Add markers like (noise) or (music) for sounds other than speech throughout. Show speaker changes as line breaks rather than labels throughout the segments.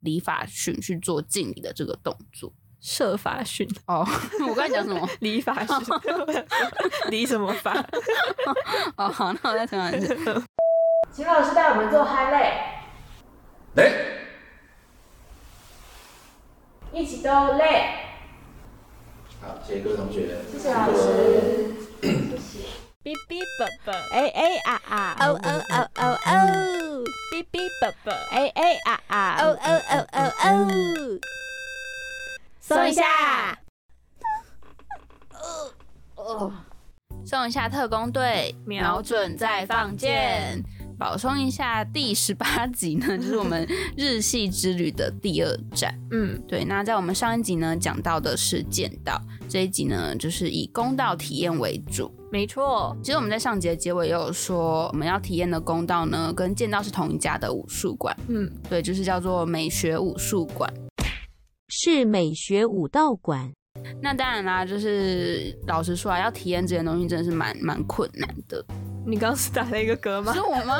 理发训去做敬礼的这个动作。
设法训，
哦， (laughs) 我刚才讲什么？
理发训， (laughs) 理什么法？
(laughs) 哦，好，那我再重讲一次。
请老师带我们做 high leg，
来，
一起都累。
好，谢谢各位同学，
谢谢老师，谢谢。
哔哔啵啵，
哎哎啊啊，哦哦哦哦哦，
哔哔啵啵，
哎哎啊啊，哦哦哦哦哦，松一下。
送一下特工队，
瞄
瞄准再放箭。补充一下，第十八集呢， (laughs) 就是我们日系之旅的第二站。
嗯，
对，那在我们上一集呢讲到的是剑道，这一集呢就是以公道体验为主。
没错，
其实我们在上集的结尾也有说，我们要体验的公道呢跟剑道是同一家的武术馆，
嗯，
对，就是叫做美学武术馆。
是美学武道馆。
那当然啦，就是老实说啊，要体验这些东西真的是蛮蛮困难的。
你刚刚是打了一个嗝吗
是？我吗？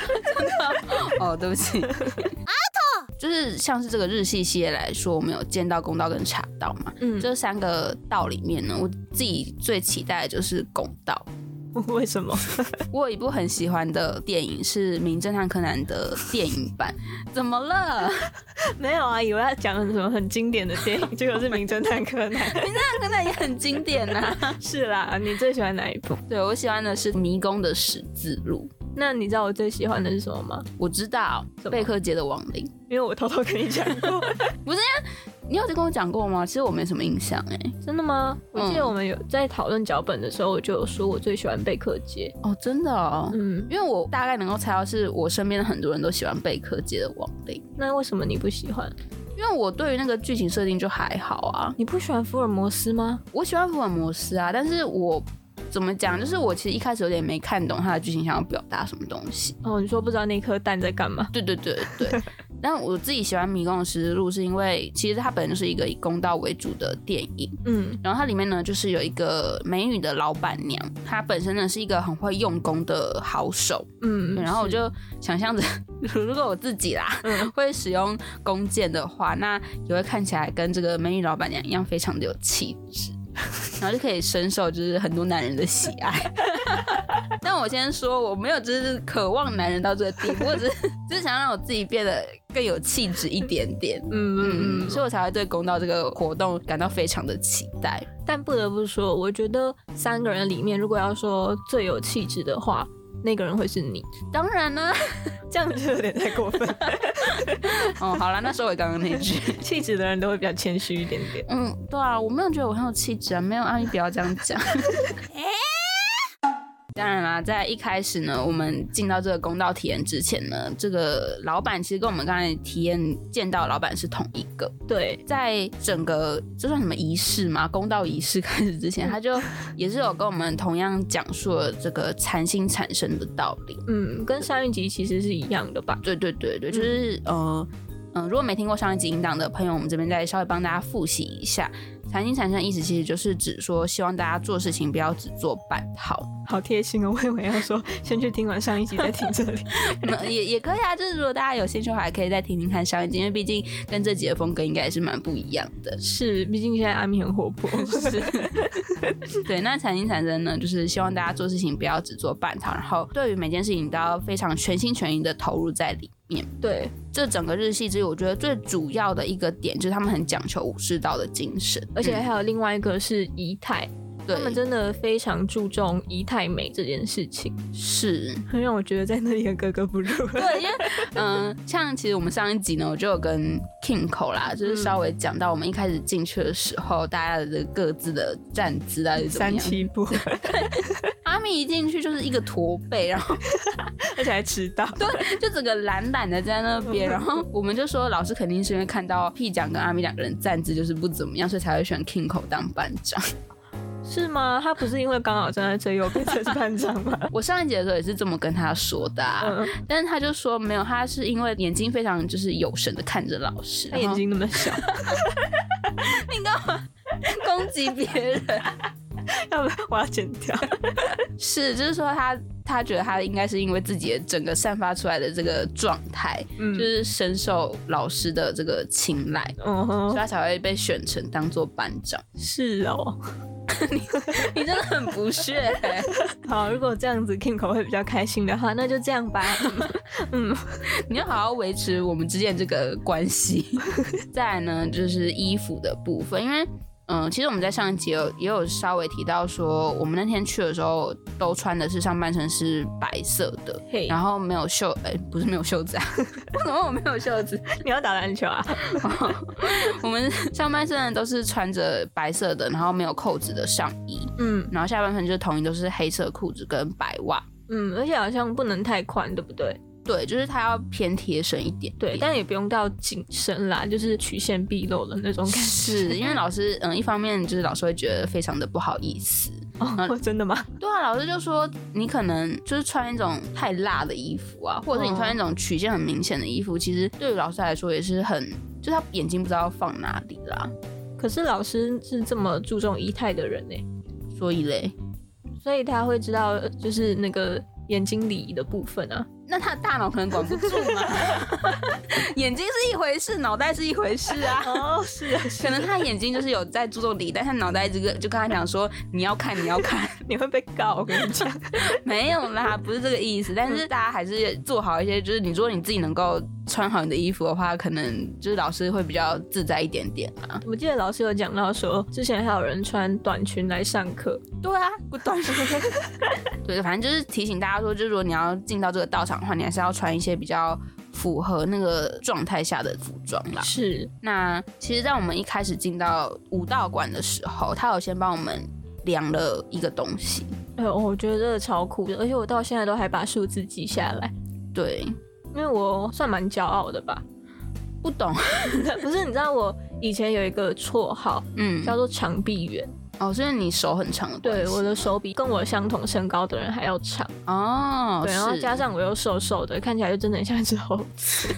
是啊，真的。哦，对不起。阿拓，就是像是这个日系系列来说，我们有剑道、公道跟茶道嘛。
(laughs) 嗯，
这三个道里面呢，我自己最期待的就是公道。
嗯为什么？
我有一部很喜欢的电影是《名侦探柯南》的电影版， (laughs) 怎么了？
没有啊，以为要讲什么很经典的电 (laughs) 影，结果是《名侦探柯 (laughs) 南》。
柯南也很经典呐、 (laughs)
是啦，你最喜欢哪一部？
对我喜欢的是《迷宫的十字路》，
那你知道我最喜欢的是什么吗？
我知道
什么
贝克街的亡灵，
因为我偷偷跟你讲过。
你有跟我讲过吗？其实我没什么印象哎、
(laughs) 真的吗？我记得
嗯
我们有在讨论脚本的时候，我就有说我最喜欢贝克街。
哦，真的哦。
嗯，
因为我大概能够猜到，是我身边的很多人都喜欢贝克街的亡灵，
那为什么你不喜欢？
因为我对于那个剧情设定就还好啊。
你不喜欢福尔摩斯吗？
我喜欢福尔摩斯啊，但是我怎么讲，就是我其实一开始有点没看懂他的剧情想要表达什么东西。
哦，你说不知道那颗蛋在干嘛？
对对对对。但我自己喜欢《迷宫的十字路》，是因为其实它本身就是一个以公道为主的电影。
嗯
然后它里面呢，就是有一个美女的老板娘，她本身呢是一个很会用功的好手。
嗯，
对然后我就想象着， (laughs) 如果我自己啦，
嗯
(laughs) 会使用弓箭的话，那也会看起来跟这个美女老板娘一样，非常的有气质，然后就可以深受就是很多男人的喜爱。 (laughs) 但我先说，我没有就是渴望男人到这个地步，我只是只是想让我自己变得更有气质一点点。
嗯嗯
嗯，所以我才会对公道这个活动感到非常的期待。
嗯，但不得不说，我觉得三个人里面，如果要说最有气质的话，那个人会是你。
当然呢， (laughs)
这样就有 (laughs) 点太过分，
哦，好啦，那收回刚刚那句。
气质的人都会比较谦虚一点点。
嗯，对啊，我没有觉得我很有气质啊，没有阿姨不要这样讲。 (laughs) 当然啦，在一开始呢，我们进到这个公道体验之前呢，这个老板其实跟我们刚才体验见到的老板是同一个。
对，
在整个这算什么仪式嘛？公道仪式 (laughs) 开始之前，他就也是有跟我们同样讲述了这个禅心产生的道理。
嗯，跟上一集其实是一样的吧？
对对对对，就是、呃呃，如果没听过上一集引导的朋友，我们这边再稍微帮大家复习一下。禅心产生的意思其实就是指说，希望大家做事情不要只做半套，
好贴心哦，我以为要 (laughs) 说先去听完上一集再听这里。
嗯也也可以啊。就是如果大家有兴趣的话，还可以再听听看上一集，因为毕竟跟这集的风格应该也是蛮不一样的。
(laughs) 是，毕竟现在阿咪很活 (laughs) 泼。
是， (laughs) 对。那禅心产生呢，就是希望大家做事情不要只做半套，然后对于每件事情都要非常全心全意的投入在里面。
对，
这整个日系之旅，我觉得最主要的一个点就是他们很讲求武士道的精神，
而且还有另外一个是仪态，
对
他们真的非常注重仪态美这件事情， (laughs)
是
很让我觉得在那里很格格不入。
对，因为嗯、像其实我们上一集呢，我就有跟 Kingo 啦，就是稍微讲到我们一开始进去的时候，大家的各自的站姿到底是怎么
三
样。
七步， (laughs)
阿米一进去就是一个驼背， (laughs) 然后
而且还迟到。对，
就整个懒懒的在那边，然后我们就说老师肯定是因为看到 P 奖跟阿米两个人站姿就是不怎么样，所以才会选 Kingo 当班
(laughs)
长。
是吗？他不是因为刚好站在最右边才是班长 (laughs) 吗？
我上一节的时候也是这么跟他说的、啊，
嗯，
但是他就说没有，他是因为眼睛非常就是有神的看着老师，
他眼睛那么小，
然后攻击别人，
(laughs) 要不然我要剪掉。
是就是说他他觉得他应该是因为自己的整个散发出来的这个状态，
嗯
就是深受老师的这个青睐，
嗯
所以
哼，
他才会被选成当做班长。 (laughs)
是哦。
你真的很不屑、欸，
好，如果这样子 Kimco 会比较开心的话，那就这样 (laughs) 吧。嗯，
你要好好维持我们之间这个关系。 (laughs) 再来呢，就是衣服的部分，因为嗯、呃其实我们在上一集有也有稍微提到说，我们那天去的时候都穿的是上半身是白色的。
嘿、
然后没有袖，哎、不是没有袖子啊！ (laughs) 为什么我没有袖子？
你要打篮球啊？
我们 (laughs) 上半身都是穿着白色的，然后没有扣子的上衣，
嗯
然后下半身就统一都是黑色裤子跟白袜。
嗯，而且好像不能太宽，对不对？
对，就是它要偏贴身一点。
对，但也不用到紧身啦，就是曲线毕露的那种感觉。
是因为老师，嗯，一方面就是老师会觉得非常的不好意思，
哦， (laughs) 真的吗？
对啊，老师就说你可能就是穿一种太辣的衣服啊，或者是你穿一种曲线很明显的衣服，其实对于老师来说也是很，就是他眼睛不知道放哪里啦，
可是老师是这么注重仪态的人呢、
所以嘞，
所以他会知道呃就是那个眼睛礼仪的部分啊。
那他的大脑可能管不住 (laughs) 嘛，眼睛是一回事，脑袋是一回事啊。
哦，是啊，是
可能他眼睛就是有在注重礼，但他脑袋这个就跟他讲说你要看你要 (laughs) 看，
(laughs) 你会被告，我跟你讲。
没有啦，不是这个意思。但是大家还是做好一些，就是你如果你自己能够穿好你的衣服的话，可能就是老师会比较自在一点点啊。
我记得老师有讲到说，之前还有人穿短裙来上课。
对啊，不断 (laughs) 对，反正就是提醒大家说，就是如果你要进到这个道场的话，你还是要穿一些比较符合那个状态下的服装啦。
是，
那其实，在我们一开始进到武道馆的时候，他有先帮我们量了一个东西，
哎呦，我觉得这个超酷的，而且我到现在都还把数字记下来，
对，
因为我算蛮骄傲的吧。 (laughs)
不懂，
不是，你知道我以前有一个绰号
嗯，
叫做长臂猿，
哦，所以你手很长的关系，
对，我的手比跟我相同身高的人还要长。
哦，
对，然后
是
加上我又瘦瘦的，看起来就真的很像一只猴子。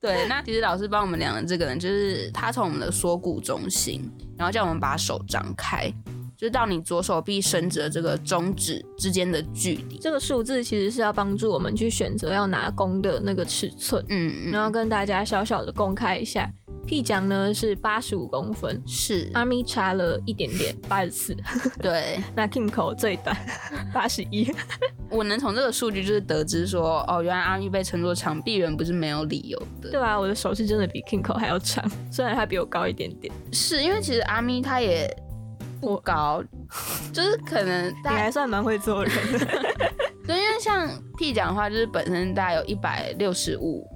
对，那其实老师帮我们量的这个人，就是他从我们的锁骨中心，然后叫我们把手张开，就是到你左手臂伸直的这个中指之间的距离。
这个数字其实是要帮助我们去选择要拿弓的那个尺寸，
嗯，
然后跟大家小小的公开一下，屁讲呢是八十五公分。
是，
阿咪差了一点点，八十四。
对，
那 Kimco 最 (laughs) 短，八十一。
我能从这个数据就是得知说，哦，原来阿咪被称作长臂猿不是没有理由的。
(laughs) 对啊，我的手是真的比 Kinko 还要长，虽然他比我高一点点。
是因为其实阿咪她也不高，就是可能
你
大
还
家
算蛮会做人的。
对，因为像 P 讲的话，就是本身大概有一百六十五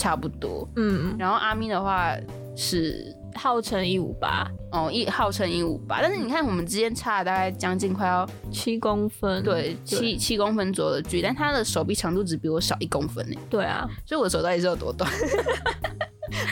差不多，
(laughs) 嗯，
然后阿咪的话是
号称一五八，
哦一号称一五八，但是你看我们之间差了大概将近快要
七公分。
对七七公分左右的距离，但他的手臂长度只比我少一公分呢， (laughs)
对啊，
所以我的手到底是有多短？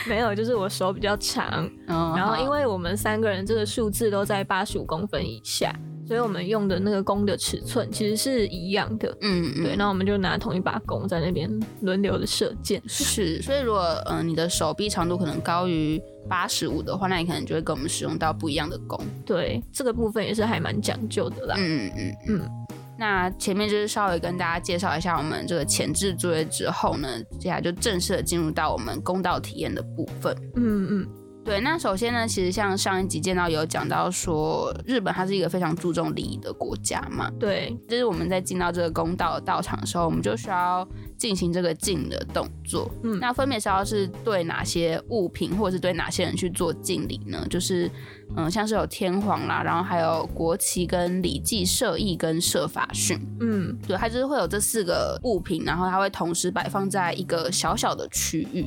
没有，就是我手比较长，
嗯
(laughs) 然后因
为
为我们三个人这个数字都在八十五公分以下，所以我们用的那个弓的尺寸其实是一样的。
嗯嗯
对，那我们就拿同一把弓在那边轮流的射箭。
是，所以如果嗯、呃你的手臂长度可能高于八十五的话，那你可能就会跟我们使用到不一样的弓。
对，这个部分也是还蛮讲究的啦。
嗯嗯嗯
嗯。
那前面就是稍微跟大家介绍一下我们这个前置作业之后呢，接下来就正式的进入到我们公道体验的部分。
嗯嗯。
对，那首先呢，其实像上一集见到有讲到说，日本它是一个非常注重礼仪的国家嘛，
对，
就是我们在进到这个公道的道场的时候，我们就需要进行这个敬的动作。
嗯
那分别是要是对哪些物品，或者是对哪些人去做敬礼呢？就是，嗯、像是有天皇啦，然后还有国旗跟礼记、社义跟社法训，
嗯
对，它就是会有这四个物品，然后它会同时摆放在一个小小的区域，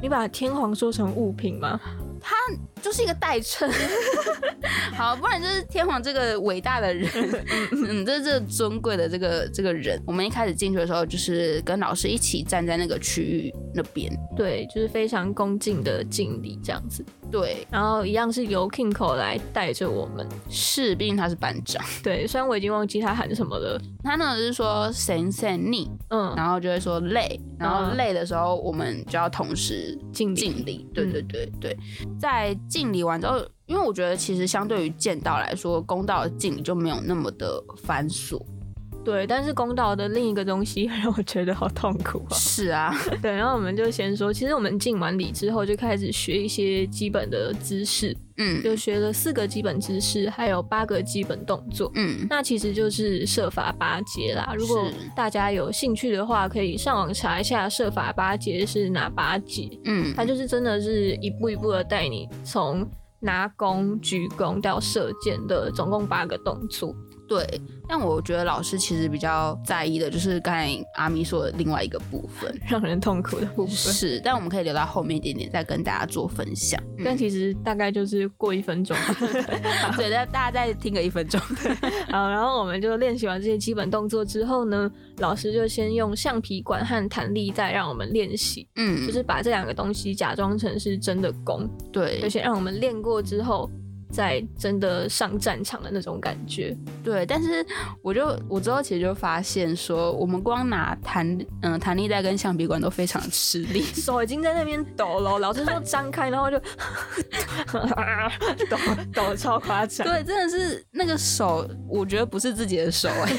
你把天皇说成物品吗？
就是一个代称。 (laughs) 好，不然就是天皇这个伟大的人，嗯，这这尊贵的这个这个人，我们一开始进去的时候，就是跟老师一起站在那个区域那边。
对，就是非常恭敬的敬礼这样子。
对，
然后一样是由 Kinko 来带着我们。
是，毕竟他是班长，
对，虽然我已经忘记他喊什么了。
他那个是说神神你，
嗯，
然后就会说累，然后
嗯
累的时候我们就要同时
敬礼。
敬礼，对对对对，在敬礼完之后，因为我觉得其实相对于剑道来说，公道的敬礼就没有那么的繁琐，
对，但是公道的另一个东西 (laughs) 让我觉得好痛苦啊。
是啊，
对，然后我们就先说，其实我们敬完礼之后就开始学一些基本的姿势，
嗯
就学了四个基本姿势，还有八个基本动作。
嗯，
那其实就是设法八节啦。如果
是
大家有兴趣的话，可以上网查一下设法八节是哪八节。
嗯，
它就是真的是一步一步的带你从拿弓、鞠躬到射箭的总共八个动作。
对。但我觉得老师其实比较在意的就是刚才阿咪说的另外一个部分，
让人痛苦的部分。
是，但我们可以留到后面一点点再跟大家做分享。
但
嗯、
其实大概就是过
(laughs)
一分钟，
对，但大家再听个一分钟。
好，然后我们就练习完这些基本动作之后呢，老师就先用橡皮管和弹力带让我们练习，
(laughs) 嗯，
就
就是
是把这两个东西假装成是真的弓，而
对
且让我们练过之后，再真的上战场的那种感觉。
对，但是我就我之后其实就发现说，我们光拿弹嗯、弹力带跟橡皮管都非常吃力，
手已经在那边抖了，老师说张开，然后就 (laughs) 抖抖超夸
(laughs)
张。
对，真的是那个手，我觉得不是自己的手哎、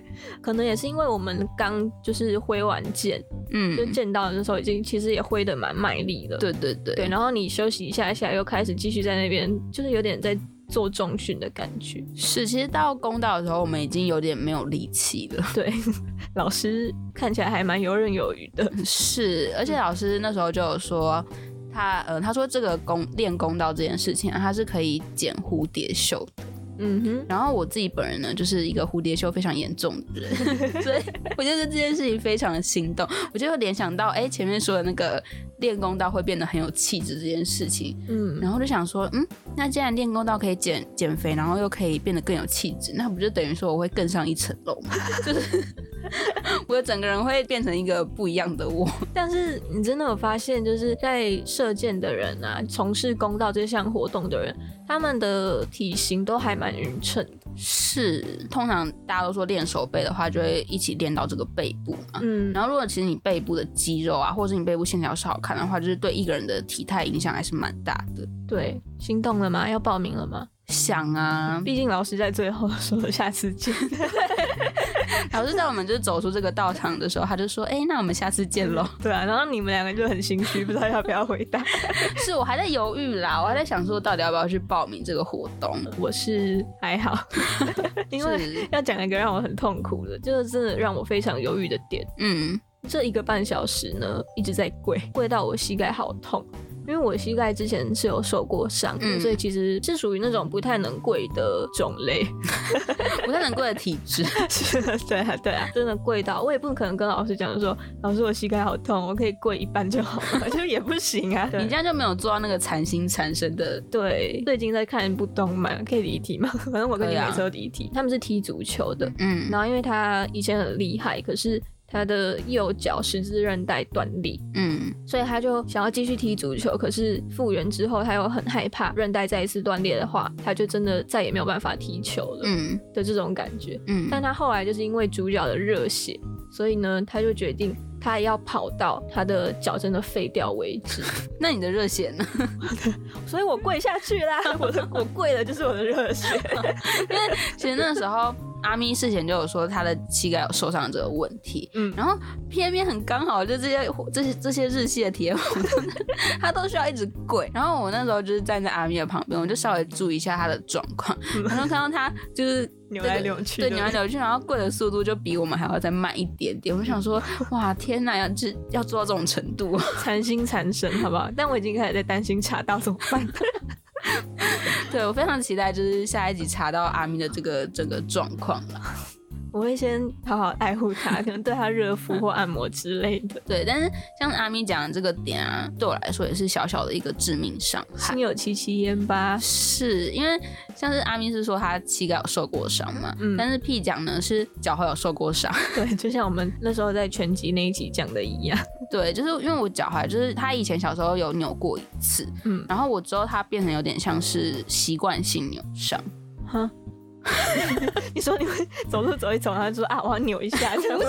(laughs)
可能也是因为我们刚就是挥完剑，
嗯，
就剑到的时候已经其实也挥得蛮卖力了。
对对对
对，然后你休息一下下，又开始继续在那边，就是有点在做重训的感觉。
是，其实到公道的时候，我们已经有点没有力气了。
对， (laughs) 老师看起来还蛮游刃有余的。
是，而且老师那时候就有说，他呃，他说这个公练公道这件事情、啊，它是可以剪蝴蝶袖的。
嗯哼，
然后我自己本人呢，就是一个蝴蝶袖非常严重的人， (laughs) 所以我觉得这件事情非常的心动。我就联想到，哎、前面说的那个练公道会变得很有气质这件事情，
嗯，
然后就想说，嗯，那既然练功道可以减减肥，然后又可以变得更有气质，那不就等于说我会更上一层楼吗？ (laughs) 就是我整个人会变成一个不一样的我。
但是你真的有发现，就是在射箭的人啊，从事公道这项活动的人，他们的体型都还蛮匀称的。
是，通常大家都说练手背的话，就会一起练到这个背部嘛。
嗯，
然后，如果其实你背部的肌肉啊，或者是你背部线条是好看的话，就是对一个人的体态影响还是蛮大的。
对，心动了吗？要报名了吗？
想
(laughs)
啊，
毕竟老师在最后说下次见。
老师在我们就是走出这个道场的时候，他就说：“哎、那我们下次见
(laughs)
喽。”
对啊，然后你们两个就很心虚，不知道要不要回答。
是我还在犹豫啦，我还在想说到底要不要去报名这个活动，
我是还好， (laughs) 因为
是
要讲一个让我很痛苦的，就是真的让我非常犹豫的点。
嗯
这一个半小时呢，一直在跪，跪到我膝盖好痛。因为我膝盖之前是有受过伤的，
嗯
所以其实是属于那种不太能跪的种类。
不太能跪的体
(laughs)
质，
是的， (laughs) 对啊，对啊，真的跪到我也不可能跟老师讲说，老师我膝盖好痛，我可以跪一半就好了， (laughs) 就也不行啊。
你
你
这
这样
样就没有做到那个禅心禅身的。
对，最近在看一部动漫，可以离题吗？ (laughs) 反正我跟你
可以啊
每次都离题。他们是踢足球的，
嗯
然后因为他以前很厉害，可是他的右脚十字韧带断裂，
嗯
所以他就想要继续踢足球。可是复原之后，他又很害怕韧带再一次断裂的话，他就真的再也没有办法踢球了
嗯
的这种感觉。
嗯，
但他后来就是因为主角的热血，所以呢，他就决定他要跑到他的脚真的废掉为止。
那你的热血呢？
(laughs) 所以我跪下去 (laughs) 啦，我的我跪了就是我的热血。
其实那时候阿咪事前就有说她的膝盖有受伤这个问题，
嗯
然后偏偏很刚好就这些这些这些日系的铁粉， (laughs) 他都需要一直跪。然后我那时候就是站在阿咪的旁边，我就稍微注意一下她的状况，然后看到她就是
嗯 (laughs) 扭来扭去
对
(laughs) 对不对
扭来扭去，然后跪的速度就比我们还要再慢一点点。我就想说，哇，天哪，要这要做到这种程度， (laughs)
残心残神，好不好？但我已经开始在担心查到怎么办。
对我非常期待，就是下一集查到阿咪的这个整个状况了。
(laughs) 我会先好好爱护它，可能对它热敷或按摩之类的。
对，但是像阿咪讲的这个点啊，对我来说也是小小的一个致命伤害
心。有戚戚焉吧。
是因为像是阿咪是说他膝盖有受过伤嘛，
嗯
但是屁讲呢是脚踝有受过伤， (laughs)
(laughs) 对，就像我们那时候在拳击那一集讲的一样。
对，就是因为我脚踝就是他以前小时候有扭过一次，
嗯，
然后我之后他变成有点像是习惯性扭伤，
哈。你说你会 (laughs) 走路走一走，然后就说啊，我要扭一下，这样 (laughs) 吗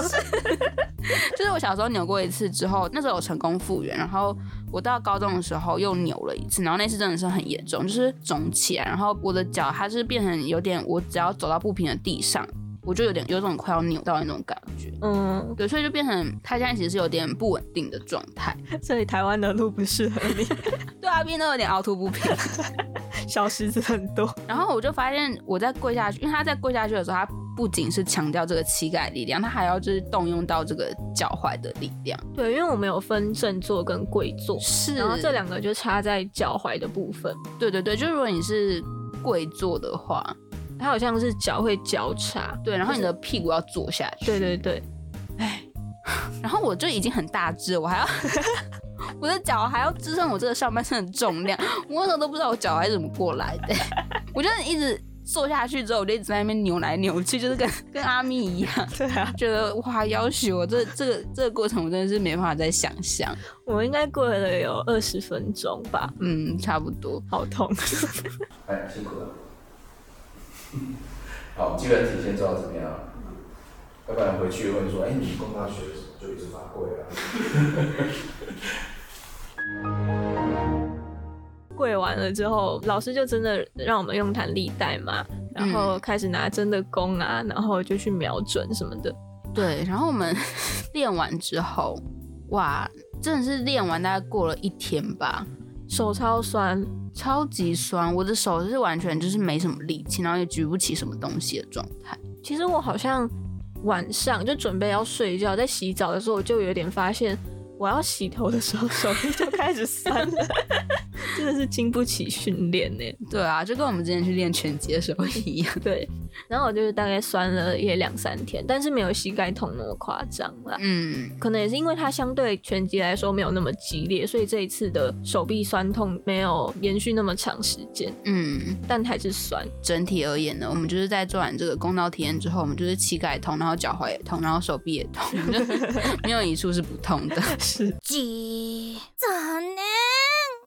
就是我小时候扭过一次之后，那时候有成功复原，然后我到高中的时候又扭了一次，然后那次真的是很严重，就是肿起来，然后我的脚它是变成有点，我只要走到不平的地上，我就有点有种快要扭到那种感觉。
嗯，
对，所以就变成他现在其实是有点不稳定的状态。
所以台湾的路不适合你，
对啊，变得有点凹凸不平。 (laughs)
小石子很多。
然后我就发现我在跪下去，因为他在跪下去的时候，他不仅是强调这个膝盖力量，他还要就是动用到这个脚踝的力量。
对，因为我们有分正坐跟跪坐，
是
然后这两个就插在脚踝的部分，
对对对，就是如果你是跪坐的话，
它好像是脚会交叉。
对，然后你的屁股要坐下去，
对对对，
然后我就已经很大只了，我还要 (laughs) 我的脚还要支撑我这个上半身的重量，我那时候都不知道我脚还是怎么过来的， (laughs) 我就一直坐下去之后，我就一直在那边扭来扭去，就是跟跟阿咪一样，
(laughs) 对啊，
觉得哇，要许我这这个这个过程我真的是没办法再想象，
我们应该跪了有二十分钟吧，
嗯，差不多，
好痛。 (laughs)
哎，辛苦了。 (laughs) 好，基本体现做到这边啊，要不然回去问说，哎，你公大学的时候就一直罚跪啊？
跪完了之后，老师就真的让我们用弹力带嘛，然后开始拿真的弓啊，然后就去瞄准什么的。
对，然后我们 (laughs) 练完之后，哇，真的是练完大概过了一天吧，
手超酸，
超级酸，我的手是完全就是没什么力气，然后也举不起什么东西的状态。
其实我好像晚上就准备要睡觉，在洗澡的时候，我就有点发现，我要洗头的时候手臂就开始酸了，真的是经不起训练呢。
对啊，就跟我们之前去练拳击的时候 (laughs) 一样。
对，然后我就是大概酸了也两三天，但是没有膝盖痛那么夸张啦。
嗯，
可能也是因为它相对拳击来说没有那么激烈，所以这一次的手臂酸痛没有延续那么长时间，
嗯，
但还是酸。
整体而言呢，我们就是在做完这个弓道体验之后，我们就是膝盖痛，然后脚踝也痛，然后手臂也痛，就是 (laughs) 没有一处是不痛的。
是。
几残念。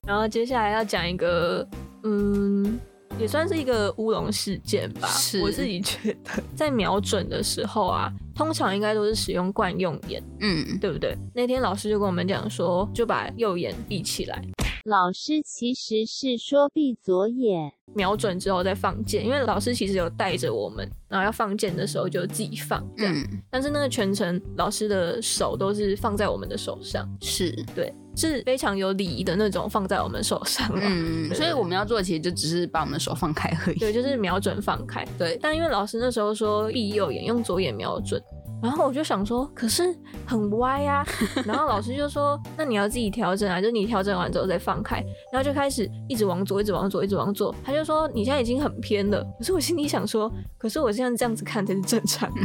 然后接下来要讲一个，嗯，也算是一个乌龙事件吧。
是
我自己觉得，在瞄准的时候啊，通常应该都是使用惯用眼，
嗯，
对不对？那天老师就跟我们讲说，就把右眼闭起来，
老师其实是说闭左眼。
瞄准之后再放箭，因为老师其实有带着我们，然后要放箭的时候就自己放，这样。
嗯，
但是那个全程老师的手都是放在我们的手上，
是，
对，是非常有礼仪的那种放在我们手上啊了。
嗯，所以我们要做的其实就只是把我们的手放开而 (laughs) 已。
对，就是瞄准放开。
对，
但因为老师那时候说闭右眼，用左眼瞄准，然后我就想说，可是很歪啊。然后老师就说，那你要自己调整啊，就你调整完之后再放开。然后就开始一直往左，一直往左，一直往左。他就说你现在已经很偏了。可是我心里想说，可是我现在这样子看才是正常的。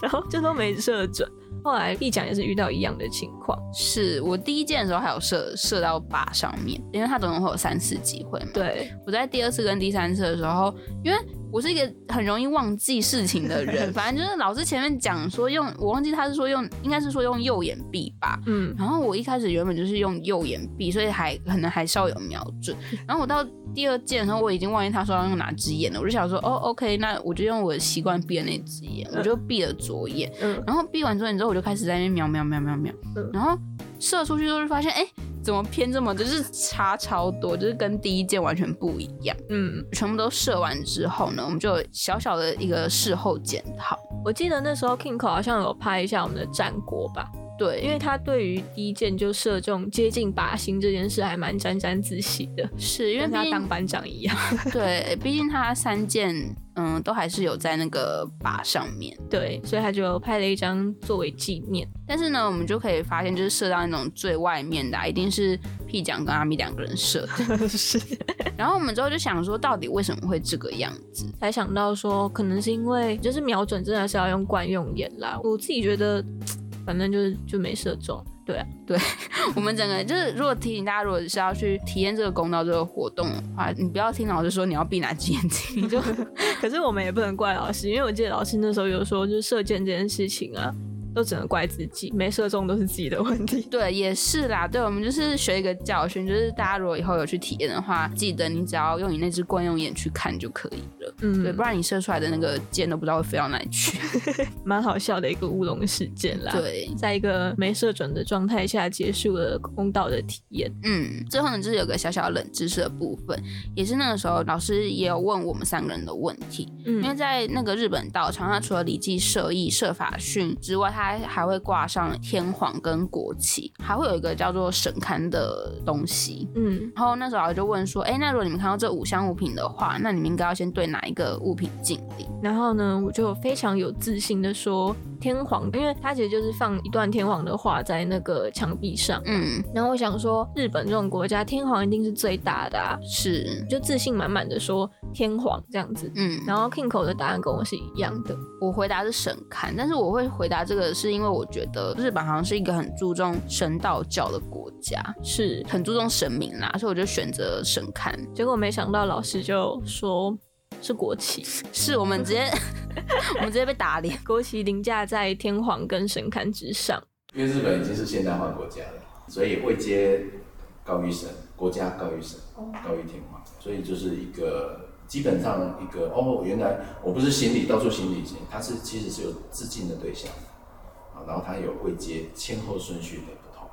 然后就都没射准。后来一讲也是遇到一样的情况，
是我第一件的时候还有射射到靶上面，因为它总共会有三次机会嘛。
对，
我在第二次跟第三次的时候，因为我是一个很容易忘记事情的人，反正就是老师前面讲说用，我忘记他是说用，应该是说用右眼闭吧。
嗯，
然后我一开始原本就是用右眼闭，所以还可能还稍有瞄准。然后我到第二件的时候，我已经忘记他说要用哪只眼了，我就想说，哦，OK，那我就用我习惯闭的那只眼，我就闭了左眼。
嗯
然后闭完左眼之后，我就开始在那边瞄瞄瞄瞄瞄
嗯，
然后射出去之后就发现，哎、怎么偏这么就是差超多，就是跟第一件完全不一样。
嗯，
全部都射完之后呢，我们就有小小的一个事后检讨。
我记得那时候 Kingo 好像有拍一下我们的战果吧，
对，
因
因为
为他对于第一件就射中接近靶心这件事还蛮沾沾自喜的，
是因为
跟
毕
他当
竟
班长一样。
对，毕竟他三件嗯都还是有在那个靶上面。
(laughs) 对，所以他就拍了一张作为纪念。
但是呢，我们就可以发现，就是射到那种最外面的、啊，一定是屁蒋跟阿咪两个人射的。
(laughs) 是，
然后我们之后就想说，到底为什么会这个样子？
才想到说可能是因为就是瞄准真的是要用惯用眼啦，我自己觉得反正就是就没射中。对 (laughs) 啊，
我们整个就是，如果提醒大家，如果是要去体验这个公道这个活动的话，你不要听老师说你要闭哪只眼睛，你就
可是我们也不能怪老师，因为我记得老师那时候有说，就是射箭这件事情啊，都只能怪自己，没射中都是自己的问题。
对，也是啦。对，我们就是学一个教训，就是大家如果以后有去体验的话，记得你只要用你那只惯用眼去看就可以了。
嗯
对，不然你射出来的那个箭都不知道会飞到哪里去。
蛮好笑的一个乌龙事件啦。，
对，
在一个没射准的状态下结束了公道的体验。
嗯，最后呢，就是有个小小的冷知识的部分，也是那个时候老师也有问我们三个人的问题，因为
嗯
在那个日本道场，它除了礼记、社艺、社法训之外，它还会挂上天皇跟国旗，还会有一个叫做神龛的东西。
嗯
然后那时候我就问说，哎，那如果你们看到这五项物品的话，那你们应该要先对哪一个物品敬礼？
然后呢，我就非常有自信的说天皇，因为他其实就是放一段天皇的画在那个墙壁上。
嗯，
然后我想说，日本这种国家，天皇一定是最大的啊，
是，
就自信满满的说天皇这样子。
嗯，
然后 Kingo 的答案跟我是一样的，
我回答是神龛，但是我会回答这个是因为我觉得日本好像是一个很注重神道教的国家，
是。
很注重神明啦，所以我就选择神龛。
结果没想到老师就说是国旗，
是我们直接， (laughs) 我们直接被打脸。
国旗凌驾在天皇跟神龛之上。
因为日本已经是现代化国家了，所以会接高于神，国家高于神，高于天皇，所以就是一个基本上一个哦，原来我不是行礼到处行礼行，它是其实是有致敬的对象啊，然后它有会接先后顺序的不同。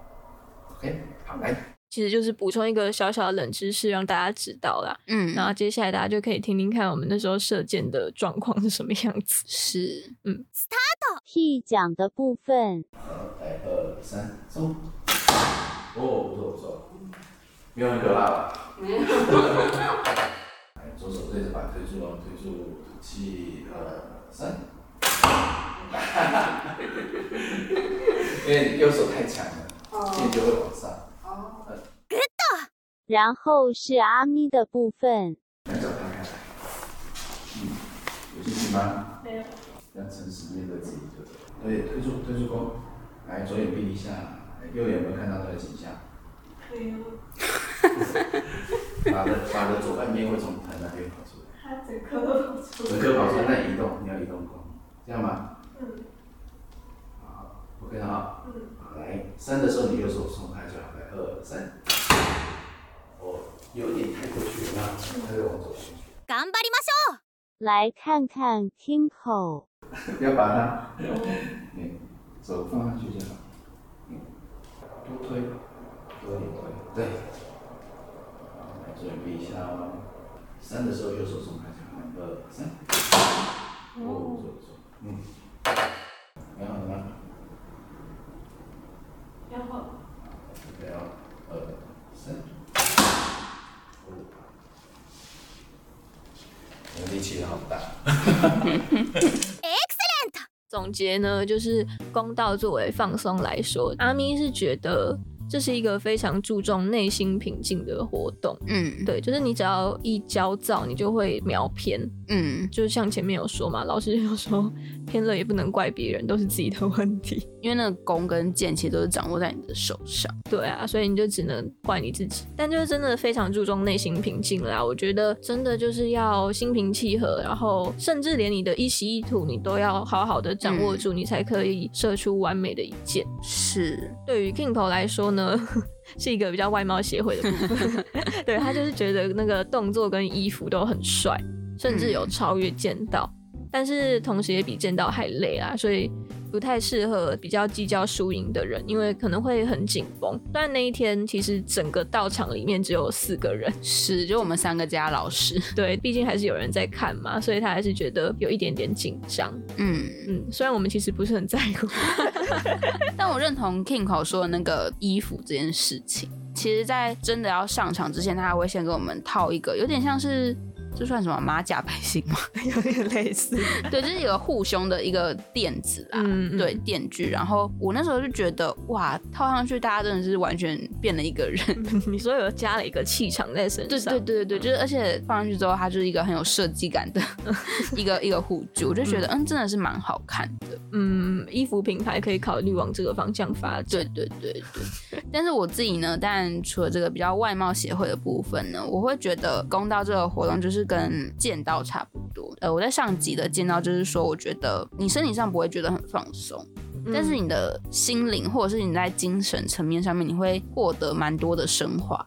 OK，好，来，
其实就是补充一个小小的冷知识，让大家知道啦。
嗯，
然后接下来大家就可以听听看我们那时候射箭的状况是什么样子。嗯
是
P 奖的部分。
来二呃三，走。哦，不错不错，没有很可怕吧？ (laughs) 没有。左手对着板推住哦，推住，吐气，二呃 (laughs) 三。因为你右手太强了，箭就会往上。
然后是阿咪的部分。
两脚摊开来。嗯，有兴趣吗？没有。要诚实面对自己，对不对？对，推出推出弓，来左眼闭一下，哎右眼有没有看到那个景象？没有。把的把的左半边会从盆那边跑出来，
他整颗都跑出
整个跑出来，那移动，你要移动弓，这样吗？
嗯。
好，OK 了哈。好，来三的时候你右手松开就好，来二三。哦，有点太过去了，那它就往左边去。
来看看 Kinko，
不要把它，你手放上去就好，嗯，多推，多点推，对，好，来准备一下哦，三的时候右手松开下来，二三，哦，左左，嗯，蛮好的吗？
然后
对哦，二三，哦，我力气好大，
总结呢，就是公道作为放松来说，阿咪是觉得这是一个非常注重内心平静的活动。
嗯
对，就是你只要一焦躁，你就会瞄偏。
嗯，
就像前面有说嘛，老师有说 (laughs) 偏了也不能怪别人，都是自己的问题。
因为那个弓跟箭其实都是掌握在你的手上。
对啊，所以你就只能怪你自己。但就是真的非常注重内心平静啦，我觉得真的就是要心平气和，然后甚至连你的一席一吐，你都要好好的掌握住，你才可以射出完美的一箭。
是，
对于 Kingo 来说呢，是一个比较外貌协会的部分。
(laughs)
对他就是觉得那个动作跟衣服都很帅，甚至
嗯
有超越剑道，但是同时也比剑道还累啦，所以不太适合比较计较输赢的人，因为可能会很紧绷。但那一天其实整个道场里面只有四个人， (laughs)
是，就我们三个加老师。
对，毕竟还是有人在看嘛，所以他还是觉得有一点点紧张。
嗯，
嗯，虽然我们其实不是很在乎，
(laughs) 啊但我认同 King 口说的那个衣服这件事情。其实，在真的要上场之前，他还会先给我们套一个，有点像是这算什么马甲背心 (laughs) 吗？
有点类似。
对，就是有个护胸的一个垫子啦，
嗯嗯
对，垫具。然后我那时候就觉得，哇，套上去大家真的是完全变了一个人。
(laughs) 你说有加了一个气场在身
对
上，
对对对对，就是而且放上去之后，它就是一个很有设计感的一个一个护具，我就觉得嗯，真的是蛮好看的。
嗯，衣服品牌可以考虑往这个方向发展。
对对对对。但是我自己呢，但除了这个比较外貌协会的部分呢，我会觉得公道这个活动就是跟剑道差不多。呃，我在上集的剑道就是说，我觉得你身体上不会觉得很放松。
嗯
但是你的心灵或者是你在精神层面上面，你会获得蛮多的升华。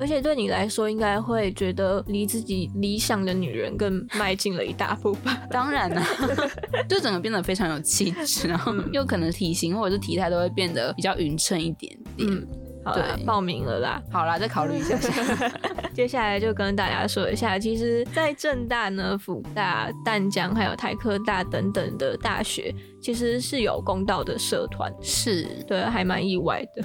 而且对你来说，应该会觉得离自己理想的女人更迈进了一大步 (laughs) 吧？
(laughs) 当然啦、
(laughs)
就整个变得非常有气质，然后
嗯
又可能体型或者是体态都会变得比较匀称一点点。
嗯，好啦，
对
报名了啦。
好啦，再考虑一
(laughs)
下下。
接下来就跟大家说一下，其实，在正大呢、辅大、淡江还有台科大等等的大学，其实是有公道的社团。
是
对，还蛮意外的，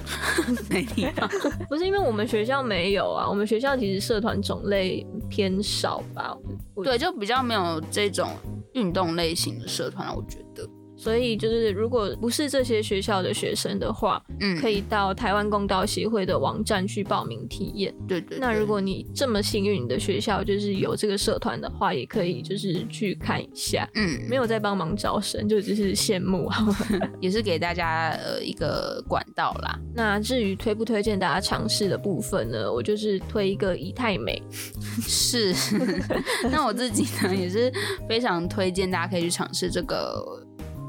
没地方，
(laughs) 不是因为我们学校没有啊，我们学校其实社团种类偏少吧，我
对，就比较没有这种运动类型的社团了，我觉得。
所以就是如果不是这些学校的学生的话，
嗯，
可以到台湾公道协会的网站去报名体验。
对对对
那如果你这么幸运，你的学校就是有这个社团的话，也可以就是去看一下。
嗯
没有在帮忙招生，就只是羡慕。啊好吗
也是给大家呃一个管道啦。
(laughs) 那至于推不推荐大家尝试的部分呢，我就是推一个以太美， (laughs)
是，那我自己呢也是非常推荐大家可以去尝试这个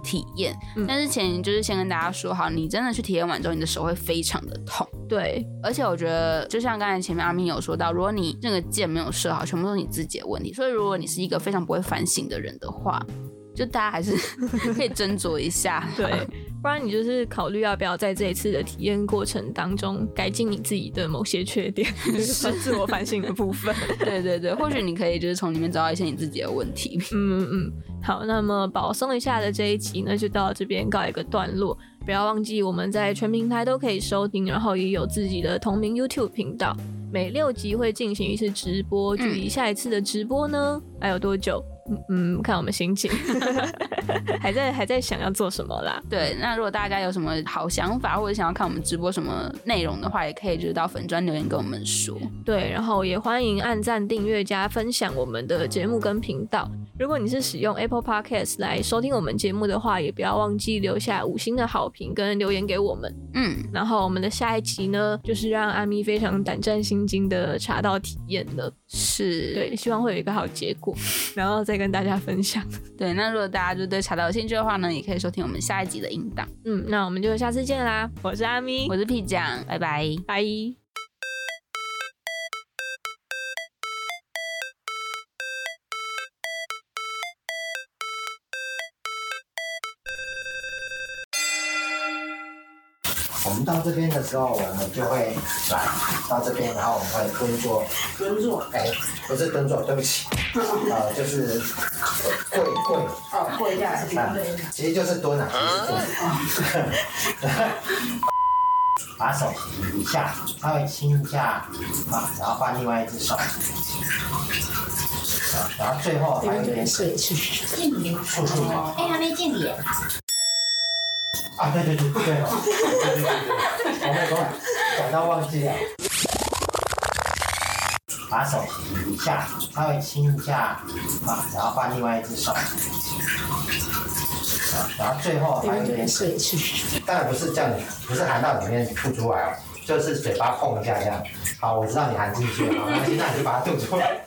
体验，
嗯
但是前就是先跟大家说好，你真的去体验完之后，你的手会非常的痛。
对，
而且我觉得，就像刚才前面阿明有说到，如果你那个键没有设好，全部都是你自己的问题。所以，如果你是一个非常不会反省的人的话，就大家还是 (laughs) 可以斟酌一下。 (laughs)
对，不然你就是考虑要不要在这一次的体验过程当中改进你自己的某些缺点，
(laughs)
是自我反省的部分。
对对对，或许你可以就是从里面找到一些你自己的问题。
嗯嗯嗯，好，那么保送一下的这一集呢，就到这边告一个段落。不要忘记我们在全平台都可以收听，然后也有自己的同名 YouTube 频道。每六集会进行一次直播，距离下一次的直播呢，还有多久？嗯嗯，看我们心情，还在还在想要做什么啦。
对，那如果大家有什么好想法，或者想要看我们直播什么内容的话，也可以就是到粉专留言跟我们说。
对，然后也欢迎按赞、订阅、加分享我们的节目跟频道。如果你是使用 Apple Podcast 来收听我们节目的话，也不要忘记留下五星的好评跟留言给我们。
嗯，
然后我们的下一期呢，就是让阿咪非常胆战心惊的茶道体验了。
是
对，希望会有一个好结果，然后再跟大家分享。
对。那如果大家就对茶道有兴趣的话呢，也可以收听我们下一集的音档。
嗯，那我们就下次见啦！我是阿咪，
我是屁酱，拜拜。
拜。
我们到这边的时候，我们就会来到这边，然后我们会蹲坐，
蹲坐，
哎，不是蹲坐，对不起，呃，就是跪跪，
哦，跪下来，
啊
对，
其实就是蹲啊，其实就是蹲。把手移一下，稍微轻一下，啊，然后换另外一只手，啊，然后最后还有一点
睡去。
触触摸，
哎，还没见脸。
啊，对对对对对哦，对对对对，我们都讲到忘记了。把手移一下，稍微轻一下，啊，然后换另外一只手，啊，然后最后还有一点水去，当然不是这样，不是含到里面吐出来哦，就是嘴巴碰一下这样。好，我知道你含进去了，好，那现在你就把它吐出来。